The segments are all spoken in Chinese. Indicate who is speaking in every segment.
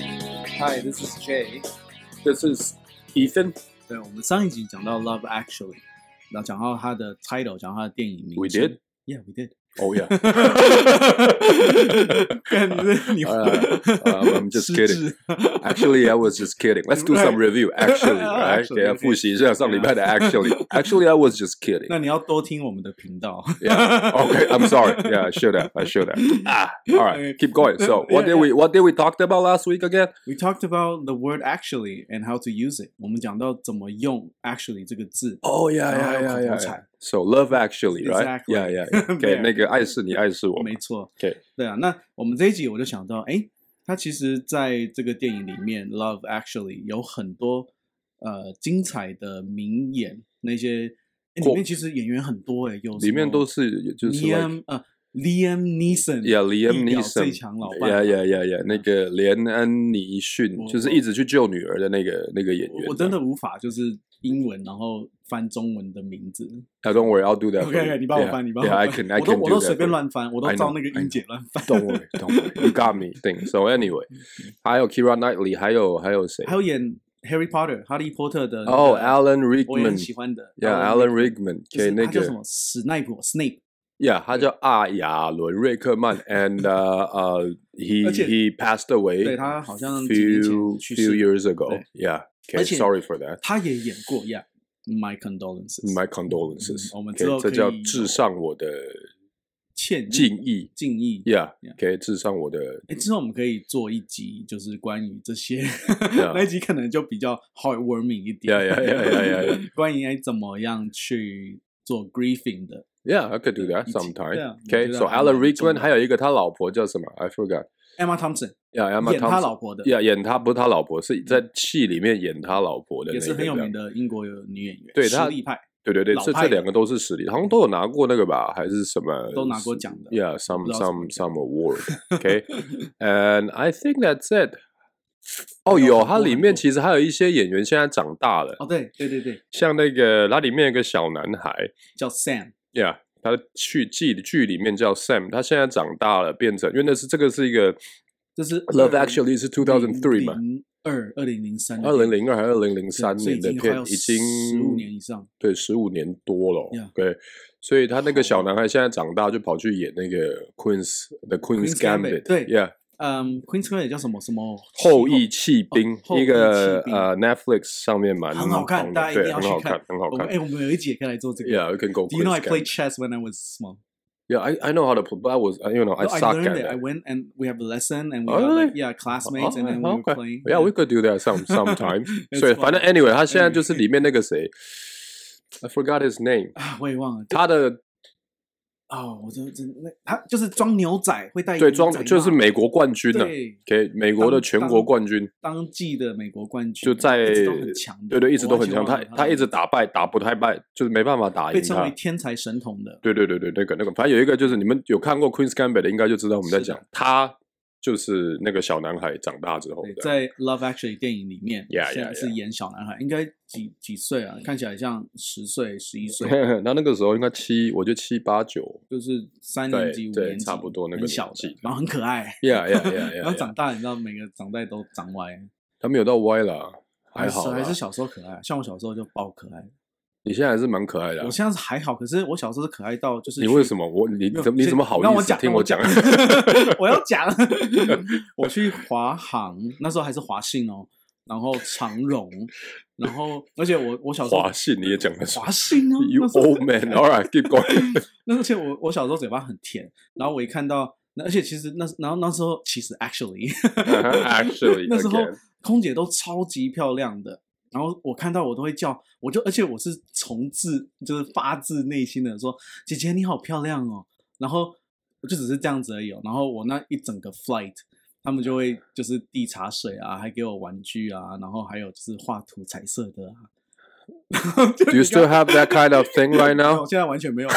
Speaker 1: Hi, this is Jay. This is Ethan.
Speaker 2: 对，我们上一集讲到《Love Actually》，然后讲到它的 title，讲到它的电影名称。
Speaker 3: We did?
Speaker 2: Yeah, we did.
Speaker 3: Oh yeah.
Speaker 2: 干你
Speaker 3: Uh, I'm just
Speaker 2: 失
Speaker 3: kidding.
Speaker 2: 智
Speaker 3: Actually, I was just kidding. Let's do some
Speaker 2: Right.
Speaker 3: review. Actually, right?
Speaker 2: Actually,
Speaker 3: 给他
Speaker 2: okay.
Speaker 3: 复习一下上礼拜的 Actually. Actually, I was just kidding.
Speaker 2: 那你要多听我们的频道。
Speaker 3: Yeah. Okay, I'm sorry. Yeah, I should have. I should have. Ah, all
Speaker 2: Okay.
Speaker 3: right. Keep going. So, what
Speaker 2: Yeah,
Speaker 3: did we what did we talked about last week again?
Speaker 2: We talked about the word actually and how to use it。我们讲到怎么用 actually 这个字。
Speaker 3: Oh yeah,
Speaker 2: 然后还有
Speaker 3: yeah, yeah,
Speaker 2: 口头
Speaker 3: yeah.
Speaker 2: 禅
Speaker 3: yeah. So, love actually, right?
Speaker 2: Exactly.
Speaker 3: Yeah, yeah. Okay, 那个爱是你，爱是我。
Speaker 2: 没错。
Speaker 3: OK
Speaker 2: 对啊，那我们这一集我就想到，哎，它其实在这个电影里面，《Love Actually》有很多呃精彩的名言，那些诶里面其实演员很多哎、有
Speaker 3: 里面都是就是 like
Speaker 2: Liam 呃 Liam Neeson
Speaker 3: Yeah, Liam
Speaker 2: 地表
Speaker 3: Neeson
Speaker 2: 最强老爸
Speaker 3: Yeah, yeah, yeah, yeah. 那个连恩尼逊
Speaker 2: 我
Speaker 3: 就是一直去救女儿的那个那个演员。
Speaker 2: 我我真的无法就是英文然后翻中文的名字。
Speaker 3: 啊，Don't worry, I'll do that. for
Speaker 2: OK，
Speaker 3: you.
Speaker 2: 你帮我
Speaker 3: Yeah,
Speaker 2: 翻，你帮我
Speaker 3: Yeah,
Speaker 2: 翻
Speaker 3: I can, I
Speaker 2: 我都
Speaker 3: can.
Speaker 2: 我
Speaker 3: do
Speaker 2: 都
Speaker 3: that
Speaker 2: 随
Speaker 3: for
Speaker 2: 便
Speaker 3: you.
Speaker 2: 乱翻，我都
Speaker 3: I
Speaker 2: 照
Speaker 3: know,
Speaker 2: 那个
Speaker 3: I
Speaker 2: 音节乱翻。
Speaker 3: Don't worry, don't worry. You got me. Thing. So anyway, 还有 Kira Knightley，还有还有谁？
Speaker 2: 还有演 Harry Potter 哈利波特的那
Speaker 3: 哦
Speaker 2: 个
Speaker 3: ，Alan
Speaker 2: 我也很喜
Speaker 3: Rickman。
Speaker 2: 欢的。
Speaker 3: Yeah, Alan Rickman.
Speaker 2: 就
Speaker 3: K
Speaker 2: 是
Speaker 3: 那
Speaker 2: 他叫什
Speaker 3: 个
Speaker 2: 么史奈普 Snape，
Speaker 3: ，Yeah，他叫阿亚伦·瑞克曼，and 呃、uh, he
Speaker 2: 而且
Speaker 3: he passed away.
Speaker 2: 对他好像几年前
Speaker 3: few
Speaker 2: 去
Speaker 3: few
Speaker 2: 世
Speaker 3: years ago.
Speaker 2: 对
Speaker 3: Yeah.
Speaker 2: 而
Speaker 3: Okay,
Speaker 2: 且
Speaker 3: sorry for that.
Speaker 2: 他也演过，Yeah。My condolences，
Speaker 3: My
Speaker 2: 嗯
Speaker 3: condolences.
Speaker 2: 我们
Speaker 3: OK，
Speaker 2: 之后
Speaker 3: 这
Speaker 2: 可
Speaker 3: 叫
Speaker 2: 以
Speaker 3: 致上我的
Speaker 2: 歉
Speaker 3: 敬意。
Speaker 2: 敬意。
Speaker 3: Yeah.
Speaker 2: Yeah.
Speaker 3: OK，致上我的
Speaker 2: 哎，之后我们可以做一集，就是关于这些
Speaker 3: Yeah.
Speaker 2: 那一集可能就比较 heartwarming 一点。
Speaker 3: Yeah, yeah, yeah, yeah, yeah.
Speaker 2: 关于哎怎么样去做 grieving 的
Speaker 3: Yeah, I could do that
Speaker 2: 一起
Speaker 3: sometime.
Speaker 2: 对啊我觉
Speaker 3: okay,
Speaker 2: 得
Speaker 3: so
Speaker 2: 还蛮
Speaker 3: Alan
Speaker 2: 重要
Speaker 3: Rickman
Speaker 2: 的
Speaker 3: 还有一个他老婆叫什么？I forgot.
Speaker 2: Emma Thompson
Speaker 3: Yeah, Emma
Speaker 2: 演他
Speaker 3: Thompson.
Speaker 2: 老婆的嗯
Speaker 3: Yeah，演他不是他老婆，是在戏里面演他老婆的
Speaker 2: 也
Speaker 3: 那
Speaker 2: 是
Speaker 3: 个。
Speaker 2: 很有
Speaker 3: 这
Speaker 2: 名
Speaker 3: 样
Speaker 2: 的英国有女演员，
Speaker 3: 对
Speaker 2: 实
Speaker 3: 她
Speaker 2: 力派
Speaker 3: 对对对，
Speaker 2: 老
Speaker 3: 这
Speaker 2: 派
Speaker 3: 这两
Speaker 2: 的
Speaker 3: 个都是实力，好像都有拿过那个吧，还是什么？
Speaker 2: 都拿过奖的。
Speaker 3: Yeah,
Speaker 2: 不
Speaker 3: some
Speaker 2: 知道怎么
Speaker 3: some
Speaker 2: 讲
Speaker 3: some award. Okay, and I think that's it. 哦，有，它里面其实还有一些演员现在长大了，
Speaker 2: 哦，对对对对，
Speaker 3: 像那个它里面有个小男孩
Speaker 2: 叫 Sam，
Speaker 3: ，Yeah，他的剧剧剧里面叫 Sam，他现在长大了，变成因为那是这个是一个
Speaker 2: 就是
Speaker 3: Love Actually 是 two thousand three 嘛，
Speaker 2: 零二二零零三
Speaker 3: 二零零二还是二零零三
Speaker 2: 所以
Speaker 3: 年
Speaker 2: 已
Speaker 3: 的
Speaker 2: 经
Speaker 3: 片，已经
Speaker 2: 十五年以上。
Speaker 3: 对十五年多了
Speaker 2: Yeah.。
Speaker 3: 对，所以他那个
Speaker 2: 好
Speaker 3: 小男孩现在长大，就跑去演那个 Queen's The Queen's
Speaker 2: Queen's Gambit，
Speaker 3: Gambit，
Speaker 2: 对
Speaker 3: ，Yeah，
Speaker 2: 嗯，Queen's Gambit 叫什么什么
Speaker 3: 后羿弃兵
Speaker 2: 哦，后羿
Speaker 3: 一个
Speaker 2: 弃兵
Speaker 3: 呃 Netflix 上面蛮
Speaker 2: 很好看
Speaker 3: 红的
Speaker 2: 大家一定
Speaker 3: 对，
Speaker 2: 要
Speaker 3: 很
Speaker 2: 去
Speaker 3: 好
Speaker 2: 看
Speaker 3: 看，很好
Speaker 2: 我们
Speaker 3: 看
Speaker 2: 哎，。我们有一节课来做这个。
Speaker 3: Yeah, you can go.
Speaker 2: Do you know I
Speaker 3: Queen's
Speaker 2: played
Speaker 3: Gambit.
Speaker 2: chess when I was small?
Speaker 3: Yeah, I I know how to play, but I was uh, you know I
Speaker 2: No, I
Speaker 3: suck
Speaker 2: learned
Speaker 3: at
Speaker 2: it. I
Speaker 3: it.
Speaker 2: went and we have a lesson and we
Speaker 3: Oh,
Speaker 2: got like
Speaker 3: really?
Speaker 2: yeah classmates and then we
Speaker 3: Oh,
Speaker 2: were
Speaker 3: okay.
Speaker 2: playing.
Speaker 3: Yeah, we could do that some sometime. 所以
Speaker 2: It's 嗯
Speaker 3: 反正
Speaker 2: fun.
Speaker 3: anyway，他现在就是里面那个谁，I forgot his name，
Speaker 2: 啊， 我也忘了。
Speaker 3: 他的
Speaker 2: 哦，我真真那他就是装牛仔，会戴
Speaker 3: 对
Speaker 2: 牛
Speaker 3: 装
Speaker 2: 仔
Speaker 3: 就是
Speaker 2: 帽
Speaker 3: 美国冠军的
Speaker 2: 对
Speaker 3: ，OK，美国的全国冠军，
Speaker 2: 当季的美国冠军，
Speaker 3: 就在
Speaker 2: 一直都很强的，
Speaker 3: 对对，一直
Speaker 2: 我
Speaker 3: 都
Speaker 2: 忘
Speaker 3: 很
Speaker 2: 记
Speaker 3: 强，
Speaker 2: 忘
Speaker 3: 他
Speaker 2: 了
Speaker 3: 他一直打败打不太败，就是没办法打
Speaker 2: 被
Speaker 3: 赢
Speaker 2: 称为
Speaker 3: 他。
Speaker 2: 天才神童的。
Speaker 3: 对对对对，那个那个，反正有一个就是你们有看过 Queen's Gambit 的，应该就知道我们在
Speaker 2: 是的
Speaker 3: 讲他就是那个小男孩长大之后
Speaker 2: 对，
Speaker 3: 的。
Speaker 2: 在《Love Actually》电影里面
Speaker 3: Yeah,
Speaker 2: 现在
Speaker 3: yeah,
Speaker 2: 是演小男孩，应该几几岁啊？看起来像十岁、十一岁，
Speaker 3: 那那个时候应该七，我觉得七八九。
Speaker 2: 就是三年级、
Speaker 3: 对
Speaker 2: 五
Speaker 3: 对
Speaker 2: 年级，
Speaker 3: 差不多那个
Speaker 2: 很小
Speaker 3: 年
Speaker 2: 的
Speaker 3: 纪，
Speaker 2: 然后很可爱。
Speaker 3: Yeah, yeah,
Speaker 2: 然后
Speaker 3: yeah, yeah,
Speaker 2: 长大，你知道每个长大都长歪，
Speaker 3: 他没有到歪了，还
Speaker 2: 还是
Speaker 3: 好啦
Speaker 2: 还是小时候可爱。像我小时候就爆可爱，
Speaker 3: 你现在还是蛮可爱的啊
Speaker 2: 我。现在是还好，可是我小时候是可爱到就是
Speaker 3: 你为
Speaker 2: 去
Speaker 3: 什么我你
Speaker 2: 没有
Speaker 3: 怎么你
Speaker 2: 先
Speaker 3: 怎么好
Speaker 2: 让我
Speaker 3: 意思
Speaker 2: 讲
Speaker 3: 听
Speaker 2: 让我
Speaker 3: 我讲？
Speaker 2: 我要讲， 我去华航，那时候还是华信哦，然后长荣，然后而且我我 小时候
Speaker 3: 华信你也讲得出
Speaker 2: 华信哦，
Speaker 3: You
Speaker 2: 那时候
Speaker 3: old man, all right, keep going.
Speaker 2: 那而且我我小时候嘴巴很甜，然后我一看到，那而且其实那然后那时候其实 actually，
Speaker 3: 啊 Actually,
Speaker 2: 那时候
Speaker 3: again.
Speaker 2: 空姐都超级漂亮的。然后我看到我都会叫，我就而且我是从自就是发自内心的说，姐姐你好漂亮哦。然后我就只是这样子而已、哦。然后我那一整个 flight，他们就会就是递茶水啊，还给我玩具啊，然后还有就是画图彩色的啊。
Speaker 3: Do you still have that kind of thing right
Speaker 2: 然
Speaker 3: now?
Speaker 2: 后现在完全没有，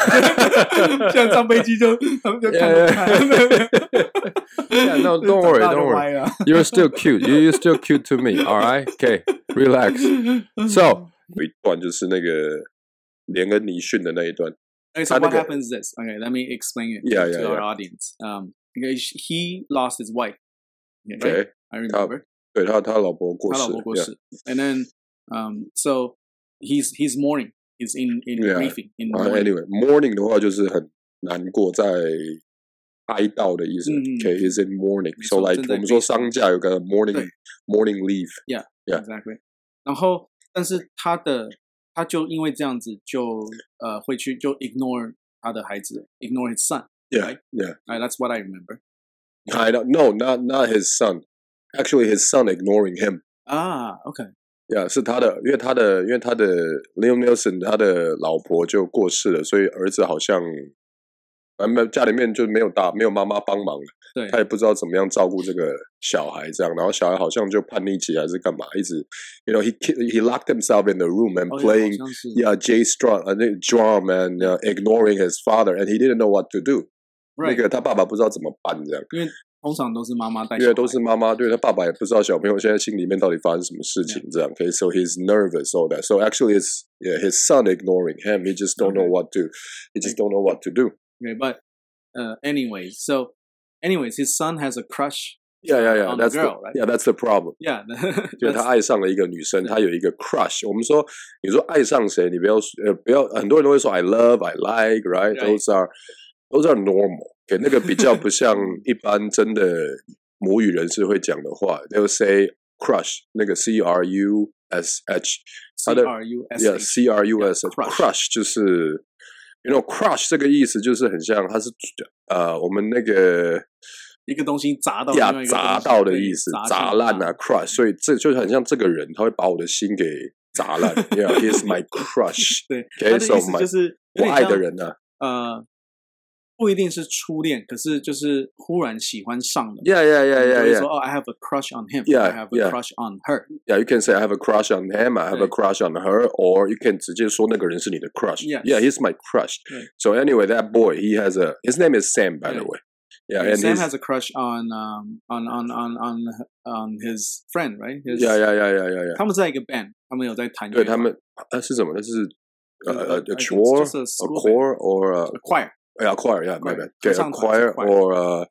Speaker 2: 现在上飞机就他们就看不
Speaker 3: Yeah,
Speaker 2: 看
Speaker 3: Yeah, no, don't worry,
Speaker 2: 长大就
Speaker 3: don't
Speaker 2: 歪
Speaker 3: worry.
Speaker 2: 了
Speaker 3: You're still cute. You- You're still cute to me. All right, okay, relax. So 有一段就是那个连恩尼逊的那一段
Speaker 2: Okay, so
Speaker 3: I
Speaker 2: what
Speaker 3: think I-
Speaker 2: happens is this. Okay, let me explain it
Speaker 3: Yeah,
Speaker 2: to
Speaker 3: yeah,
Speaker 2: our
Speaker 3: yeah.
Speaker 2: audience. Um, because he lost his wife. Yeah, Right?
Speaker 3: ，OK，
Speaker 2: I remember.
Speaker 3: 对他他老婆过世，
Speaker 2: 他老婆过
Speaker 3: Oh, yeah
Speaker 2: 世。And then, um, so he's he's mourning. He's in in
Speaker 3: Yeah.
Speaker 2: grieving. In
Speaker 3: 啊
Speaker 2: mourning.
Speaker 3: anyway, mourning 的话就是很难过，在哀悼的意思。
Speaker 2: 嗯嗯
Speaker 3: Okay, is in mourning.
Speaker 2: 没
Speaker 3: So
Speaker 2: 错
Speaker 3: like
Speaker 2: 正在
Speaker 3: 我们说
Speaker 2: 悲伤
Speaker 3: 丧假有个 morning
Speaker 2: 对
Speaker 3: morning leave，Yeah.
Speaker 2: Exactly. 然后，但是他的他就因为这样子就呃会去就 ignore 他的孩子，ignore his son.
Speaker 3: Yeah,
Speaker 2: Right.
Speaker 3: yeah.
Speaker 2: Right, that's what I remember.
Speaker 3: I don't. No, not not his son. Actually, his son ignoring him.
Speaker 2: 啊，OK，
Speaker 3: Yeah，是他的，因为他的，因为他的 Liam Nelson 他的老婆就过世了，所以儿子好像，反正家里面就没有大没有妈妈帮忙了，
Speaker 2: 对
Speaker 3: 他也不知道怎么样照顾这个小孩这样，然后小孩好像就叛逆期还是干嘛，一直，you know he he locked himself in the room and
Speaker 2: 哦
Speaker 3: playing
Speaker 2: 好像是
Speaker 3: yeah Jay Strong uh, drum and uh, ignoring his father and he didn't know what to do，那
Speaker 2: Right，
Speaker 3: 个他爸爸不知道怎么办这样。
Speaker 2: 通常都是妈妈带小孩，
Speaker 3: 因为都是妈妈，对他爸爸也不知道小朋友现在心里面到底发生什么事情，这样可以。So he's nervous, all that. So actually, it's yeah, his son ignoring him. He just don't know
Speaker 2: Okay.
Speaker 3: what to. He just don't know what to do.
Speaker 2: Okay, but uh, anyways, so anyways, his son has a crush.
Speaker 3: Yeah, yeah, yeah.
Speaker 2: On the
Speaker 3: That's
Speaker 2: girl,
Speaker 3: the
Speaker 2: right?
Speaker 3: yeah, that's the problem.
Speaker 2: Yeah,
Speaker 3: 就是他
Speaker 2: that's,
Speaker 3: 爱上了一个女生，他有一个 crush。我们说，你说爱上谁，你不要呃不要，很多人都会说 I love, I like, right?
Speaker 2: Right.
Speaker 3: Those are those are normal. o 那个比较 不像一般真的母语人士会讲的话。They'll say crush，那个 C R U S H。他
Speaker 2: C
Speaker 3: 的
Speaker 2: R U S
Speaker 3: Yeah,
Speaker 2: H.
Speaker 3: C R U S
Speaker 2: crush
Speaker 3: crush 就是，you know crush 这个意思就是很像，它是呃我们那个
Speaker 2: 一个东西砸到
Speaker 3: 呀
Speaker 2: 另外一个东西
Speaker 3: 砸到的意思
Speaker 2: 对，
Speaker 3: 砸
Speaker 2: 进
Speaker 3: 烂啊
Speaker 2: 它
Speaker 3: crush，所以这就是很像这个人，他会把我的心给砸烂。Yeah, he's my crush，
Speaker 2: 对，
Speaker 3: Okay,
Speaker 2: 他的意
Speaker 3: so
Speaker 2: 思
Speaker 3: my-
Speaker 2: 就是有
Speaker 3: 我
Speaker 2: 点
Speaker 3: 爱的
Speaker 2: 像
Speaker 3: 人啊呢
Speaker 2: 呃，不一定是初恋，可是就是忽然喜欢上了。
Speaker 3: ？Yeah, yeah,
Speaker 2: 你
Speaker 3: yeah,
Speaker 2: 就会
Speaker 3: yeah,
Speaker 2: 说
Speaker 3: yeah.
Speaker 2: 哦，I have a crush on him.
Speaker 3: Yeah,
Speaker 2: I have a
Speaker 3: yeah.
Speaker 2: crush on her.
Speaker 3: Yeah, you can say I have a crush on him, I have a
Speaker 2: 对
Speaker 3: crush on her, or you can 直接说那个人是你的 crush.
Speaker 2: Yes.
Speaker 3: Yeah, he's my crush.
Speaker 2: 对
Speaker 3: So anyway, that boy, he has a his name is Sam, by the
Speaker 2: 对
Speaker 3: way. Yeah,
Speaker 2: And
Speaker 3: and
Speaker 2: Sam
Speaker 3: his
Speaker 2: has a crush on um on on on on on his friend, right? His,
Speaker 3: yeah, yeah, yeah, yeah, yeah, yeah.
Speaker 2: 他们在一个 band，他们有在弹乐
Speaker 3: 对
Speaker 2: 团。
Speaker 3: 他们啊是什么？那是呃呃
Speaker 2: I
Speaker 3: uh, a
Speaker 2: think it's
Speaker 3: chore
Speaker 2: just a
Speaker 3: a
Speaker 2: school
Speaker 3: core or 呃哎 a
Speaker 2: a choir.
Speaker 3: yeah, a choir yeah my
Speaker 2: Choir.
Speaker 3: bad 对 a
Speaker 2: 合唱团
Speaker 3: choir
Speaker 2: 是 choir
Speaker 3: or a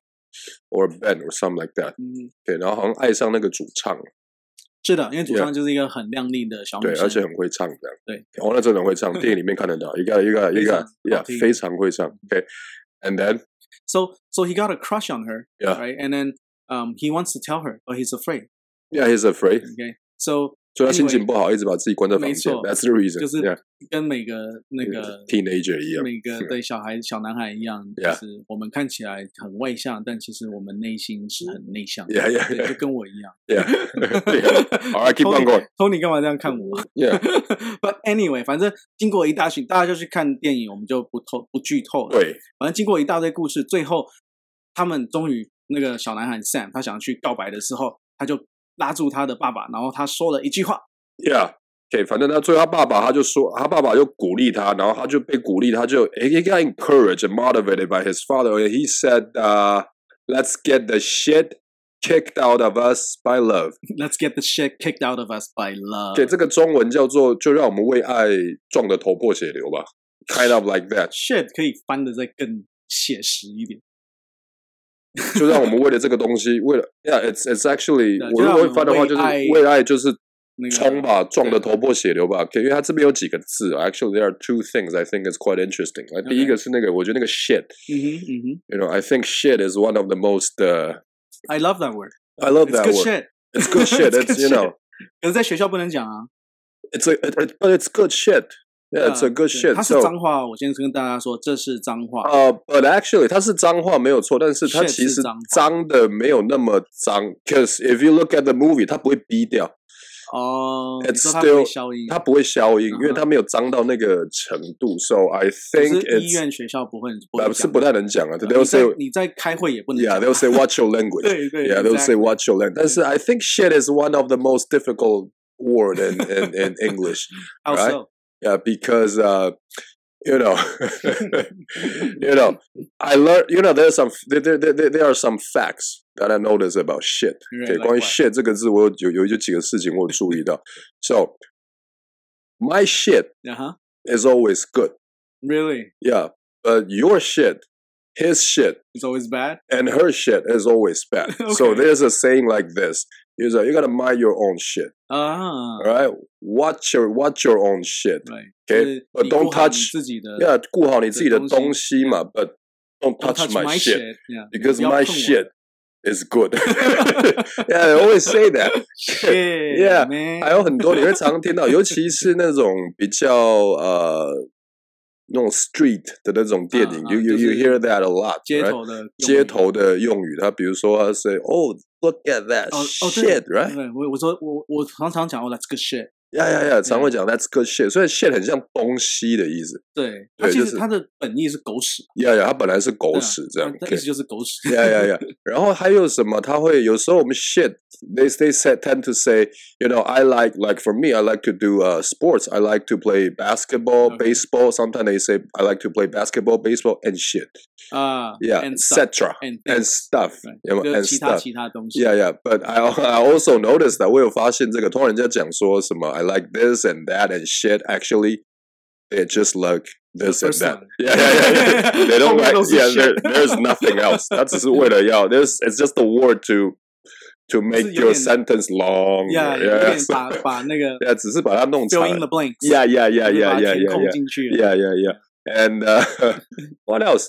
Speaker 3: or a band or something like that
Speaker 2: 嗯，
Speaker 3: 对，然后好像爱上那个主唱，
Speaker 2: Mm-hmm. 是的，因为主
Speaker 3: Yeah.
Speaker 2: 唱就是一个很靓丽的小女
Speaker 3: 对，
Speaker 2: 生，
Speaker 3: 而且很会唱这样，
Speaker 2: 对，
Speaker 3: 哦，那真的很会唱，电影里面看得到，一个一个一
Speaker 2: 非
Speaker 3: 个
Speaker 2: 常好
Speaker 3: yeah
Speaker 2: 听嗯
Speaker 3: 非常会唱，OK，and then
Speaker 2: So so he got a crush on her,
Speaker 3: Yeah.
Speaker 2: right? And then um he wants to tell her, but he's afraid.
Speaker 3: yeah he's afraid，
Speaker 2: Okay, so
Speaker 3: 所以他心
Speaker 2: Anyway，
Speaker 3: 情不好，一直把自己关在
Speaker 2: 嗯
Speaker 3: 房
Speaker 2: 没
Speaker 3: 间
Speaker 2: 错
Speaker 3: ，That's the reason，
Speaker 2: 就是
Speaker 3: yeah
Speaker 2: 跟每个那个
Speaker 3: teenager 一样
Speaker 2: 每个对小孩小男孩一样，就
Speaker 3: Yeah
Speaker 2: 是我们看起来很外向，但其实我们内心是很内向的。
Speaker 3: ，yeah yeah
Speaker 2: 对，
Speaker 3: yeah
Speaker 2: 就跟我一样。
Speaker 3: yeah，all right keep on going
Speaker 2: Tony 干嘛这样看 我
Speaker 3: yeah
Speaker 2: ？But anyway，反正经过一大群，大家就去看电影，我们就不透不剧透了。
Speaker 3: 对。
Speaker 2: 反正经过一大堆故事，最后他们终于那个小男孩 Sam 他想要去告白的时候，他就拉住他的爸爸，然后他说了一句话，
Speaker 3: Yeah. OK，反正他最后他爸爸他就说，他爸爸就鼓励他，然后他就被鼓励，他就 he got encouraged and motivated by his father. and He said, uh, "Let's get the shit kicked out of us by love."
Speaker 2: Let's get the shit kicked out of us by love。
Speaker 3: OK，这个中文叫做“就让我们为爱撞得头破血流吧 ”，kind of like that，
Speaker 2: shit 可以翻的再更写实一点。
Speaker 3: 就让我们为了这个东西，为了 Yeah，it's it's actually，
Speaker 2: 对
Speaker 3: 我如
Speaker 2: 就让我
Speaker 3: 果会
Speaker 2: 们
Speaker 3: 翻的话，
Speaker 2: 为
Speaker 3: 就是
Speaker 2: 爱
Speaker 3: 为爱就是
Speaker 2: 那个
Speaker 3: 冲吧，撞得
Speaker 2: 对
Speaker 3: 头破血流吧。OK，因为它这边有几个字，actually 啊 there are two things I think is quite interesting。来，第一
Speaker 2: OK
Speaker 3: 个是那个，我觉得那个 shit。
Speaker 2: 嗯哼嗯哼
Speaker 3: You know, I think shit is one of the most. Uh,
Speaker 2: ，I love that word.
Speaker 3: I love
Speaker 2: It's
Speaker 3: that
Speaker 2: good
Speaker 3: word.
Speaker 2: shit.
Speaker 3: It's good
Speaker 2: It's
Speaker 3: shit. it's
Speaker 2: good
Speaker 3: you
Speaker 2: shit.
Speaker 3: know,
Speaker 2: 可是在学校不能讲啊。
Speaker 3: it's a, it, it- but it's good shit. Yeah, it's a good
Speaker 2: 对
Speaker 3: shit.
Speaker 2: 它是
Speaker 3: So,
Speaker 2: 脏话，我先跟大家说，这是脏话。
Speaker 3: uh, but actually, 它是脏话没有错，但是它
Speaker 2: Shit
Speaker 3: 其实
Speaker 2: 是脏话。
Speaker 3: 脏的没有那么脏。Because if you look at the movie, 它不会逼掉，它不会消
Speaker 2: 哦，你
Speaker 3: 音，it's
Speaker 2: 说它会
Speaker 3: still-
Speaker 2: 消音，嗯哼。
Speaker 3: 因为它没有脏到那个程度。So I
Speaker 2: 可
Speaker 3: think
Speaker 2: 是医
Speaker 3: it's
Speaker 2: 院学校不会不会
Speaker 3: 呃，
Speaker 2: 讲。
Speaker 3: 是不太能讲啊。
Speaker 2: 你
Speaker 3: They'll say
Speaker 2: 在你在开会也不能
Speaker 3: yeah,
Speaker 2: 讲。
Speaker 3: they'll say watch your language.
Speaker 2: 对对
Speaker 3: yeah, they'll say
Speaker 2: exactly.
Speaker 3: watch your language. 但是 I think shit is one of the most difficult word in, in, in English.
Speaker 2: How
Speaker 3: right?
Speaker 2: so?
Speaker 3: Yeah, because uh, you know, you know, I learned. You know, there's some there, there, there, there are some facts that I noticed about shit.
Speaker 2: Right,
Speaker 3: 对，
Speaker 2: like
Speaker 3: 关于
Speaker 2: what?
Speaker 3: shit 这个字，我有有有有几个事情我有注意到。So my shit
Speaker 2: 啊哈
Speaker 3: is always good.
Speaker 2: Really?
Speaker 3: Yeah, but your shit, his shit,
Speaker 2: It's always bad.
Speaker 3: and her shit is always bad. So
Speaker 2: Okay.
Speaker 3: there's a saying like this He was like, you gotta mind your own shit.
Speaker 2: 啊
Speaker 3: All right, watch your watch your own shit.
Speaker 2: 对
Speaker 3: Okay，
Speaker 2: 就是
Speaker 3: but
Speaker 2: 你顾
Speaker 3: don't
Speaker 2: 好你
Speaker 3: touch-
Speaker 2: 自己的
Speaker 3: Yeah，顾好你自己的东
Speaker 2: 东
Speaker 3: 西嘛，but don't
Speaker 2: don't
Speaker 3: touch my shit
Speaker 2: shit，yeah，
Speaker 3: because
Speaker 2: 不要
Speaker 3: my
Speaker 2: 碰我
Speaker 3: shit is good. yeah, I always say that.
Speaker 2: shit
Speaker 3: Yeah，
Speaker 2: man
Speaker 3: 还有很多你会常听到，尤其是那种比较呃那种 street 的那种电影、
Speaker 2: 啊啊
Speaker 3: y o u
Speaker 2: 就
Speaker 3: you
Speaker 2: 是
Speaker 3: you hear that a lot，
Speaker 2: 街
Speaker 3: right？
Speaker 2: 头的用
Speaker 3: 街
Speaker 2: 语
Speaker 3: 头的用语，他比如说他 say oh look at that
Speaker 2: 哦哦对
Speaker 3: shit、
Speaker 2: 对
Speaker 3: right
Speaker 2: 我我说我我常常讲哦，that's good shit，
Speaker 3: 呀呀呀，常会讲 that's good shit，所以 shit 很像东西的意思。
Speaker 2: 对，
Speaker 3: 对
Speaker 2: 它其
Speaker 3: 就
Speaker 2: 实
Speaker 3: 是
Speaker 2: 它的本意是狗屎，
Speaker 3: 呀呀，它本来是狗
Speaker 2: 对啊
Speaker 3: 屎这样
Speaker 2: 它，它
Speaker 3: OK
Speaker 2: 意思就是狗屎，
Speaker 3: yeah, yeah, yeah. 然后还有什么？他会有时候我们 shit they they said tend to say you know I like like for me I like to do uh sports I like to play basketball
Speaker 2: Okay.
Speaker 3: baseball sometimes they say I like to play basketball baseball and shit
Speaker 2: 啊
Speaker 3: yeah
Speaker 2: and stuff
Speaker 3: etc
Speaker 2: and
Speaker 3: and
Speaker 2: things，
Speaker 3: stuff
Speaker 2: 对
Speaker 3: you know,
Speaker 2: 就是
Speaker 3: and
Speaker 2: 其他
Speaker 3: stuff
Speaker 2: 其他东西
Speaker 3: yeah yeah but I I also noticed that 我有发现这个，突然人家讲说什么 I like this and that and shit actually they just like this
Speaker 2: The
Speaker 3: and
Speaker 2: first
Speaker 3: that
Speaker 2: one.
Speaker 3: yeah yeah yeah, yeah. they don't
Speaker 2: 后面
Speaker 3: like
Speaker 2: 都是
Speaker 3: yeah there,
Speaker 2: shit
Speaker 3: there's nothing else 它只是为了要 there's it's just a word to to make
Speaker 2: 就是有
Speaker 3: your
Speaker 2: 点
Speaker 3: sentence long
Speaker 2: yeah，有
Speaker 3: yeah
Speaker 2: 点把把那个
Speaker 3: yeah 只是把它弄
Speaker 2: fill
Speaker 3: 长
Speaker 2: in the blanks，
Speaker 3: yeah yeah yeah
Speaker 2: 就是
Speaker 3: yeah
Speaker 2: 把它
Speaker 3: yeah
Speaker 2: 填
Speaker 3: yeah
Speaker 2: 空
Speaker 3: yeah
Speaker 2: 进去了
Speaker 3: yeah yeah yeah and uh, what else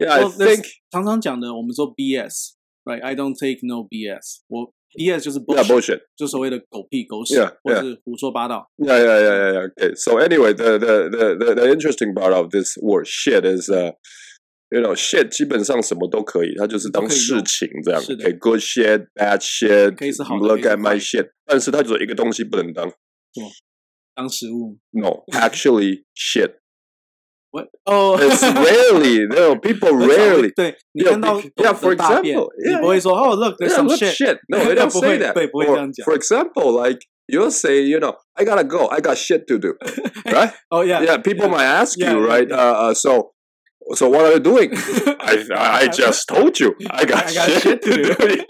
Speaker 3: yeah I
Speaker 2: Well, there's-
Speaker 3: think
Speaker 2: 常常讲的，我们说 BS，right？I don't take no BS，我 BS 就是
Speaker 3: yeah
Speaker 2: bullshit，
Speaker 3: bullshit
Speaker 2: 就所谓的狗屁狗屎
Speaker 3: Yeah,
Speaker 2: 或
Speaker 3: yeah.
Speaker 2: 是胡说八道。
Speaker 3: Yeah, yeah, yeah, yeah, yeah. Okay. So anyway, the the the the, the interesting part of this word shit is uh you know shit 基本上什么都可以，它就是当事情这样。
Speaker 2: 是的
Speaker 3: Okay, good shit, bad shit.
Speaker 2: 可以是好的
Speaker 3: Look
Speaker 2: 可以
Speaker 3: at
Speaker 2: 是
Speaker 3: my
Speaker 2: 坏的
Speaker 3: shit，但是它只有一个东西不能当。
Speaker 2: 当食物。
Speaker 3: No, actually, shit.
Speaker 2: 我哦，
Speaker 3: It's rarely. No, people
Speaker 2: 很少会
Speaker 3: rarely.
Speaker 2: 对你
Speaker 3: Yeah,
Speaker 2: 看到
Speaker 3: be- yeah,
Speaker 2: 狗的
Speaker 3: for
Speaker 2: 大便
Speaker 3: example, yeah,
Speaker 2: 你不会说哦，look there's
Speaker 3: Yeah,
Speaker 2: some
Speaker 3: look,
Speaker 2: shit，
Speaker 3: shit. No, they don't say
Speaker 2: 不会-
Speaker 3: that.
Speaker 2: 对，不会
Speaker 3: Or,
Speaker 2: 这样讲。
Speaker 3: for example, like you'll say, you know, I gotta go. I got shit to do. Right?
Speaker 2: 哦 yeah
Speaker 3: yeah, people might ask
Speaker 2: Yeah,
Speaker 3: you,
Speaker 2: yeah,
Speaker 3: right?
Speaker 2: yeah.
Speaker 3: Uh, uh, so, so what are you doing? I, I, I just told you, I got,
Speaker 2: I got shit
Speaker 3: shit, to
Speaker 2: to
Speaker 3: do.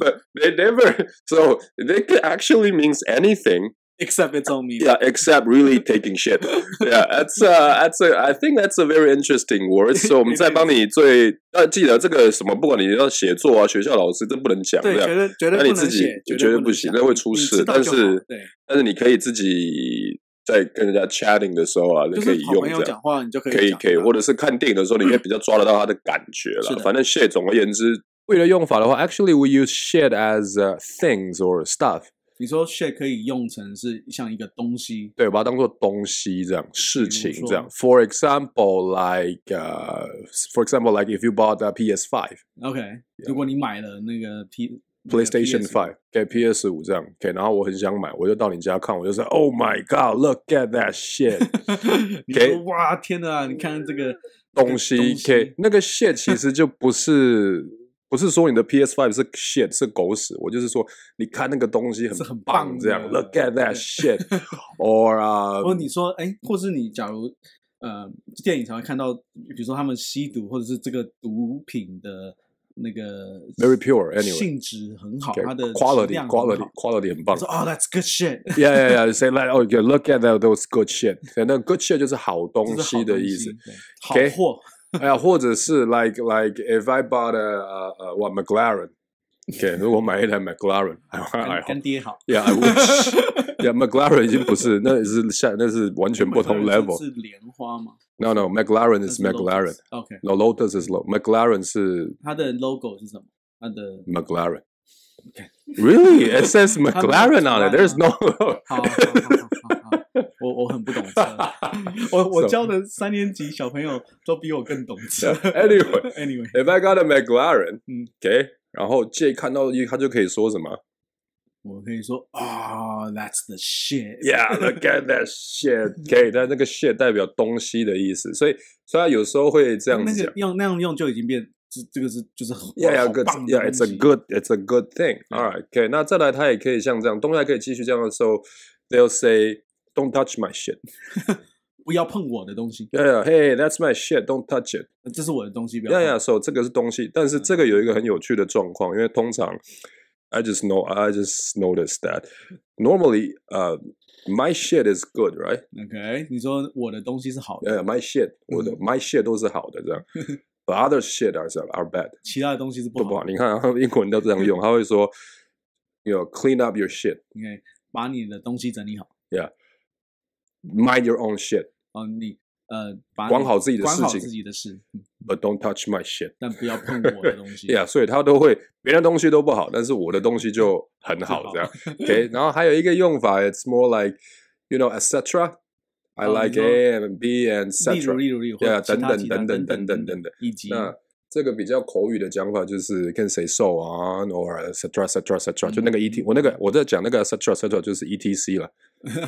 Speaker 3: but they never. So they could actually means anything,
Speaker 2: except it's on me
Speaker 3: yeah, except really taking shit. Yeah, that's uh, that's a. I think that's a very interesting word. So 我们再 帮你最要记得这个什么，不管你要写作啊，学校老师这不能讲这
Speaker 2: 对，绝
Speaker 3: 样，
Speaker 2: 对绝对
Speaker 3: 那
Speaker 2: 不
Speaker 3: 你
Speaker 2: 能
Speaker 3: 自己
Speaker 2: 写，绝
Speaker 3: 绝对
Speaker 2: 不
Speaker 3: 不
Speaker 2: 能
Speaker 3: 行
Speaker 2: 写
Speaker 3: 那会出
Speaker 2: 你
Speaker 3: 事
Speaker 2: 知道
Speaker 3: 但
Speaker 2: 就好
Speaker 3: 是
Speaker 2: 对，
Speaker 3: 但是你可以自己在跟人家 chatting 的时候啊，你
Speaker 2: 就
Speaker 3: 可
Speaker 2: 是
Speaker 3: 以
Speaker 2: 好
Speaker 3: 用
Speaker 2: 朋
Speaker 3: 这
Speaker 2: 友
Speaker 3: 样。
Speaker 2: 讲话，你就可以
Speaker 3: 可以
Speaker 2: 讲
Speaker 3: 可以，
Speaker 2: 到
Speaker 3: 或者是看电影的时候，你也比较抓得到它的感觉
Speaker 2: 是
Speaker 3: 了。
Speaker 2: 的
Speaker 3: 反正 shit，总而言之，为了用法的话，actually we use shit as、things uh, or stuff，
Speaker 2: 你说 shit 可以用成是像一个东西，
Speaker 3: 对，把它当做东西这样，事情
Speaker 2: 比如说
Speaker 3: 这样。For example, like、for uh, example, like if you bought a PS Five,
Speaker 2: OK，如果你买了那个 P 那个
Speaker 3: PlayStation
Speaker 2: PS
Speaker 3: Five，给 PS 五这样，给，然后我很想买，我就到你家看，我就说 Oh my God, look at that shit，
Speaker 2: 你
Speaker 3: 给
Speaker 2: 说哇天哪，你看这个
Speaker 3: 东西
Speaker 2: 东
Speaker 3: K
Speaker 2: 西
Speaker 3: 那个 shit 其实就不是不是说你的 PS Five 是 shit 是狗屎，我就是说你看那个东西
Speaker 2: 是
Speaker 3: 很
Speaker 2: 很
Speaker 3: 棒
Speaker 2: 棒的
Speaker 3: 这样，Look at
Speaker 2: 对
Speaker 3: that shit or 啊、
Speaker 2: 或者你说，哎，或是你假如呃电影才会看到，比如说他们吸毒或者是这个毒品的那个
Speaker 3: very pure anyway，
Speaker 2: 性质很好，
Speaker 3: Okay,
Speaker 2: 它的质
Speaker 3: quality
Speaker 2: 量很
Speaker 3: quality
Speaker 2: 好
Speaker 3: quality 很棒
Speaker 2: 我说哦，That's good shit，
Speaker 3: ，Yeah yeah yeah，say like oh you look at that those good shit，那 good shit 就是好
Speaker 2: 这
Speaker 3: 东
Speaker 2: 是好
Speaker 3: 西的意思
Speaker 2: 东，西，对好
Speaker 3: Okay
Speaker 2: 货
Speaker 3: 哎呀，或者是 like like if I bought a 呃呃 what McLaren，OK，如果买一台 McLaren，I
Speaker 2: 干
Speaker 3: I
Speaker 2: 干爹好，
Speaker 3: Yeah, I wish. yeah, McLaren 已经 不是，那是下那是完全不同
Speaker 2: McLaren
Speaker 3: level。
Speaker 2: 是是莲花嘛
Speaker 3: No, no, McLaren
Speaker 2: 那
Speaker 3: is
Speaker 2: 是
Speaker 3: McLaren.
Speaker 2: Lotus OK，
Speaker 3: No, Lotus is low. McLaren 是
Speaker 2: 它的 logo 是什么？它的
Speaker 3: McLaren. Really? It says
Speaker 2: 没有
Speaker 3: McLaren on it. There's no.
Speaker 2: 好好好好好好，我我很不懂 车，我我
Speaker 3: So-
Speaker 2: 教的三年级小朋友都比我 更懂车。
Speaker 3: Anyway.
Speaker 2: anyway，
Speaker 3: if I got a McLaren,
Speaker 2: 嗯
Speaker 3: OK，然后 J 看到一，他就可以说什么
Speaker 2: 我可以说啊、t h a t s the shit。
Speaker 3: ？Yeah, look at that shit. OK，但那个 shit 代表东西的意思，所以所以他有时候会这样子
Speaker 2: 那
Speaker 3: 讲
Speaker 2: 个。用那样用就已经变，这这个是就是很
Speaker 3: Yeah, yeah,
Speaker 2: 好
Speaker 3: good.
Speaker 2: 棒的
Speaker 3: Yeah, it's
Speaker 2: 东
Speaker 3: a
Speaker 2: 西嗯
Speaker 3: good, it's a good thing. All right, OK. 那再来，它也可以像这样，东西还可以继续这样的时候，they'll say, "Don't touch my shit."
Speaker 2: 不要碰我的东西，呃
Speaker 3: Yeah, yeah. Hey, that's my shit. Don't touch it.
Speaker 2: 这是我的东西，不要碰。
Speaker 3: Yeah, yeah. So 这个是东西，但是这个有一个很有趣的状况，因为通常，I just know, I just noticed that normally, uh, my shit is good, right?
Speaker 2: OK，你说我的东西是好的，
Speaker 3: Yeah, my shit，我
Speaker 2: 嗯
Speaker 3: 的 my shit 都是好 的这样，but other shit are are bad.
Speaker 2: 其他的东西是不
Speaker 3: 不
Speaker 2: 好的。
Speaker 3: 好。你看，英国人都这样用，他会说 you know, clean up your shit,
Speaker 2: 应该把你的东西整理好，
Speaker 3: mind your own shit,
Speaker 2: 哦，你呃把你
Speaker 3: 管好自己的
Speaker 2: 管
Speaker 3: 事
Speaker 2: 好自
Speaker 3: 情
Speaker 2: 己的事，嗯
Speaker 3: ，but don't touch my shit。
Speaker 2: 但不要碰我的东西。
Speaker 3: Yeah，所以他都会别人东西都不好，但是我的东西就很好
Speaker 2: 好
Speaker 3: 这样。OK，然后 还有一个用法，it's more like you know etc. I
Speaker 2: 哦
Speaker 3: like
Speaker 2: 你说
Speaker 3: A and B and
Speaker 2: 例如，
Speaker 3: etc.
Speaker 2: 例如，例如，或
Speaker 3: Yeah，
Speaker 2: 者
Speaker 3: 等
Speaker 2: 其他
Speaker 3: 等
Speaker 2: 其他
Speaker 3: 等等
Speaker 2: 等嗯
Speaker 3: 等等
Speaker 2: 等
Speaker 3: 等等，
Speaker 2: 以及
Speaker 3: 那这个比较口语的讲法就是跟谁受啊，or etc. etc. etc. 就那个 et，、
Speaker 2: 嗯
Speaker 3: 我那个我在讲那个 etc. etc. 就是 etc 了。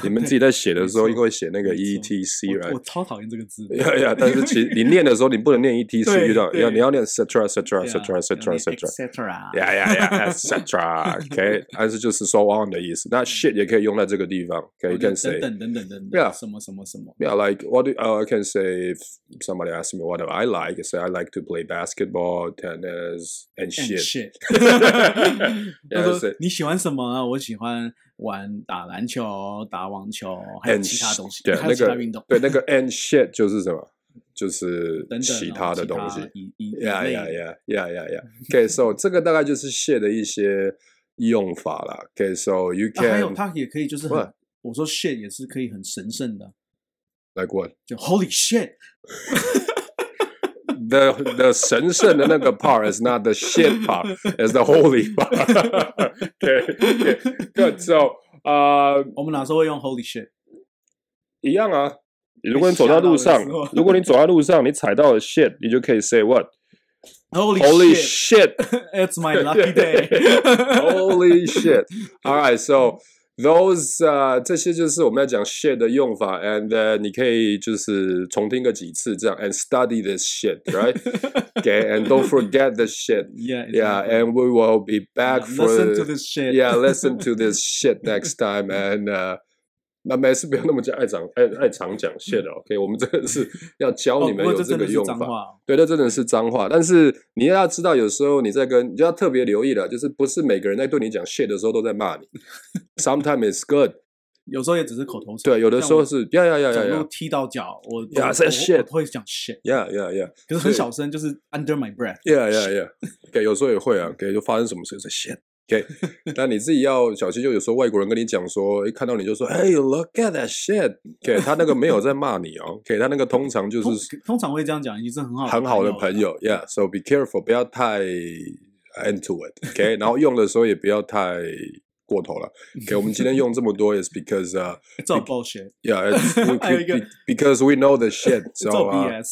Speaker 3: 你 们自己在写的时候，
Speaker 2: 没错
Speaker 3: 应该会写那个 E
Speaker 2: 没错我
Speaker 3: etc right？
Speaker 2: 我超讨厌这个 字。
Speaker 3: 呀呀，但是其实你念的时候，你不能念 etc，
Speaker 2: 对
Speaker 3: 遇到
Speaker 2: 对
Speaker 3: 要你要念 etc etc
Speaker 2: 对啊
Speaker 3: etc
Speaker 2: 要
Speaker 3: etc
Speaker 2: 念
Speaker 3: etc。
Speaker 2: etc.
Speaker 3: Yeah, yeah, yeah, etc. OK，但是就是 so on 的意思。那 shit 也可以用在这个地方，可
Speaker 2: 等
Speaker 3: 以跟谁
Speaker 2: 等等等等
Speaker 3: Yeah
Speaker 2: 等，什么什么什么，
Speaker 3: Yeah, like what do, uh, I can say if somebody asks me what do I like, I say I like to play basketball, tennis, and
Speaker 2: And
Speaker 3: shit.
Speaker 2: shit。 他
Speaker 3: Yeah,
Speaker 2: 说
Speaker 3: so-
Speaker 2: 你喜欢什么啊？我喜欢玩打篮球、打网球，还有
Speaker 3: And
Speaker 2: 其他
Speaker 3: shit，
Speaker 2: 东西，
Speaker 3: 对
Speaker 2: 还有
Speaker 3: 那
Speaker 2: 其他
Speaker 3: 个
Speaker 2: 运动，
Speaker 3: 对那个 and shit 就是什么？就是
Speaker 2: 等等哦
Speaker 3: 其他的东西。，
Speaker 2: 以以
Speaker 3: Yeah,
Speaker 2: 以
Speaker 3: yeah,
Speaker 2: 类
Speaker 3: yeah, yeah, yeah, yeah. Okay, so 这个大概就是蟹的一些用法啦。Okay, so you
Speaker 2: 啊还有
Speaker 3: can
Speaker 2: 它也可以就是
Speaker 3: 喂
Speaker 2: 很，我说 shit 也是可以很神圣的，
Speaker 3: like what
Speaker 2: 就 Holy shit，
Speaker 3: the the 神圣的那个 part is not the shit part, it's the holy part. okay, okay, good. So uh, 呃、
Speaker 2: 我们哪时候会用 Holy shit？
Speaker 3: 一样啊。ah, 如果你走在路
Speaker 2: 被
Speaker 3: 上
Speaker 2: 吓到的时候，
Speaker 3: 如果你走在路上，你踩到了 shit，你就可以 say what
Speaker 2: Holy
Speaker 3: holy
Speaker 2: shit.
Speaker 3: shit。。
Speaker 2: It's my lucky day
Speaker 3: Holy shit! All right, so those 啊、这些就是我们要讲 shit 的用法，and、uh, 你可以就是重听个几次这样，and study this shit, right? Okay, and don't forget the shit.
Speaker 2: Yeah. it's
Speaker 3: Yeah,
Speaker 2: my-
Speaker 3: and we will be back
Speaker 2: Yeah,
Speaker 3: for
Speaker 2: listen to this shit.
Speaker 3: yeah, listen to this shit next time. And uh, 那没事，不要那么讲，爱讲爱爱常讲 shit 哦。OK，我们这个是要教
Speaker 2: 嗯哦
Speaker 3: 你们
Speaker 2: 不过
Speaker 3: 有
Speaker 2: 这
Speaker 3: 这
Speaker 2: 真
Speaker 3: 个
Speaker 2: 的是
Speaker 3: 用
Speaker 2: 脏
Speaker 3: 法。
Speaker 2: 话哦
Speaker 3: 对，那真的是脏话。但是你要知道，有时候你在跟你就要特别留意了，就是不是每个人在对你讲 shit 的时候都在 骂你。Sometimes it's good，
Speaker 2: 有时候也只是口头禅。
Speaker 3: 对，有的
Speaker 2: 像
Speaker 3: 时候
Speaker 2: 我
Speaker 3: 是呀呀呀
Speaker 2: 走
Speaker 3: 呀
Speaker 2: 路
Speaker 3: 呀
Speaker 2: 踢到脚，我
Speaker 3: Yeah,
Speaker 2: 我
Speaker 3: I said
Speaker 2: 我
Speaker 3: shit.
Speaker 2: 我都会讲 shit，
Speaker 3: 呀呀呀
Speaker 2: 可是很
Speaker 3: 对
Speaker 2: 小声，就是 under my breath。
Speaker 3: 呀呀呀，对，有时候也会啊，对，就发生什么事就 shit。OK，那 你自己要小心，就有时候外国人跟你讲说，哎一看到你就说，Hey, look at that shit。OK，他那个没有在骂你哦，OK，他那个通常就
Speaker 2: 通
Speaker 3: 是
Speaker 2: 通常会这样讲，已经是很好
Speaker 3: 很好的
Speaker 2: 的
Speaker 3: 朋
Speaker 2: 哦友
Speaker 3: 友，Yeah，so be careful，不要太 into it，OK，、然后用的时候也不要太过头了。OK，我们今天用这么多 is because 呃、
Speaker 2: 了。这 bullshit，
Speaker 3: yeah，it's we,
Speaker 2: 还有一个
Speaker 3: we- because we know the shit，so、
Speaker 2: 这
Speaker 3: uh,
Speaker 2: BS。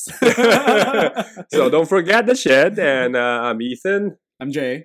Speaker 3: so don't forget the shit，and、uh, I'm Ethan，I'll
Speaker 2: I'm Jay，